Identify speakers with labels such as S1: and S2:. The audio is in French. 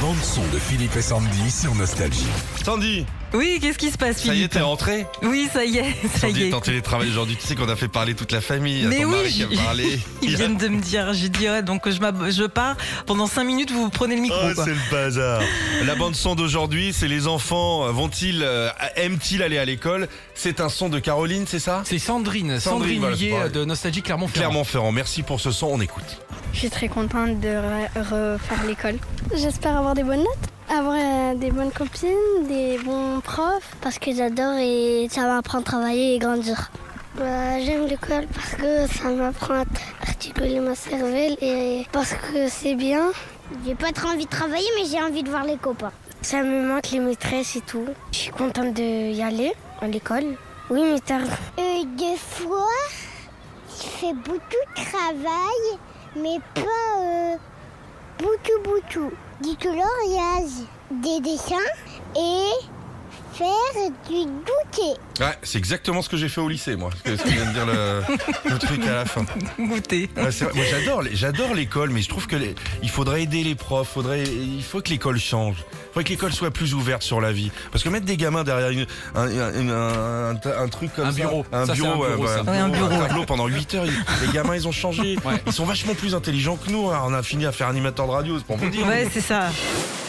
S1: bande son de Philippe et Sandy sur Nostalgie.
S2: Sandy,
S3: Oui, qu'est-ce qui se passe,
S2: ça y est,
S3: Philippe
S2: t'es rentrée
S3: Oui, ça y est, ça
S2: Sandy
S3: y
S2: est en
S3: est.
S2: télétravail aujourd'hui. Tu sais qu'on a fait parler toute la famille.
S3: Mais
S2: Ton
S3: oui,
S2: mari qui a
S3: j'ai-
S2: parlé.
S3: Ils viennent de me dire, j'ai dit, ouais, donc je, m'ab- je pars. Pendant 5 minutes, vous prenez le micro.
S2: Oh,
S3: quoi.
S2: c'est le bazar. La bande son d'aujourd'hui, c'est les enfants euh, vont-ils euh, aiment-ils aller à l'école C'est un son de Caroline, c'est ça
S4: C'est
S2: Sandrine,
S4: Sandrine, Sandrine,
S2: voilà,
S4: Ollier,
S2: c'est pareil.
S4: de Nostalgie Clermont-Ferrand.
S2: Clermont-Ferrand, merci pour ce son, on écoute.
S5: Je suis très contente de re- refaire l'école. J'espère avoir des bonnes notes, avoir euh, des bonnes copines, des bons profs, parce que j'adore et ça m'apprend à travailler et grandir. Bah, J'aime l'école parce que ça m'apprend à t- articuler ma cervelle et parce que c'est bien. J'ai pas trop envie de travailler, mais j'ai envie de voir les copains. Ça me manque les maîtresses et tout. Je suis contente de y aller à l'école. Oui, mais tard. Euh,
S6: des fois, je fais beaucoup de travail, mais pas euh, beaucoup, beaucoup. Du coloriage, des dessins et faire du goûter.
S2: Ouais, c'est exactement ce que j'ai fait au lycée, moi. Ce que, ce que vient de dire le, le truc à la fin.
S3: Goûter.
S2: Ouais, Euh, c'est vrai. Moi, j'adore, les- j'adore l'école, mais je trouve que les- il faudrait aider les profs. Faudrait, il faut que l'école change. Il faut que l'école soit plus ouverte sur la vie. Parce que mettre des gamins derrière une- un, un- une- un- un ta- un truc comme
S4: Un
S2: ça,
S4: bureau.
S2: un
S4: Ça, c'est
S2: bureau,
S4: un
S2: ouais,
S4: bureau,
S2: bah,
S4: ça.
S3: Ouais, un bureau, ouais.
S2: tableau pendant 8 heures, ils- les gamins, ils ont changé.
S4: Ouais.
S2: Ils sont vachement plus intelligents que nous. hein. On a fini à faire animateur de radio, c'est pour vous dire.
S3: Ouais, c'est ça.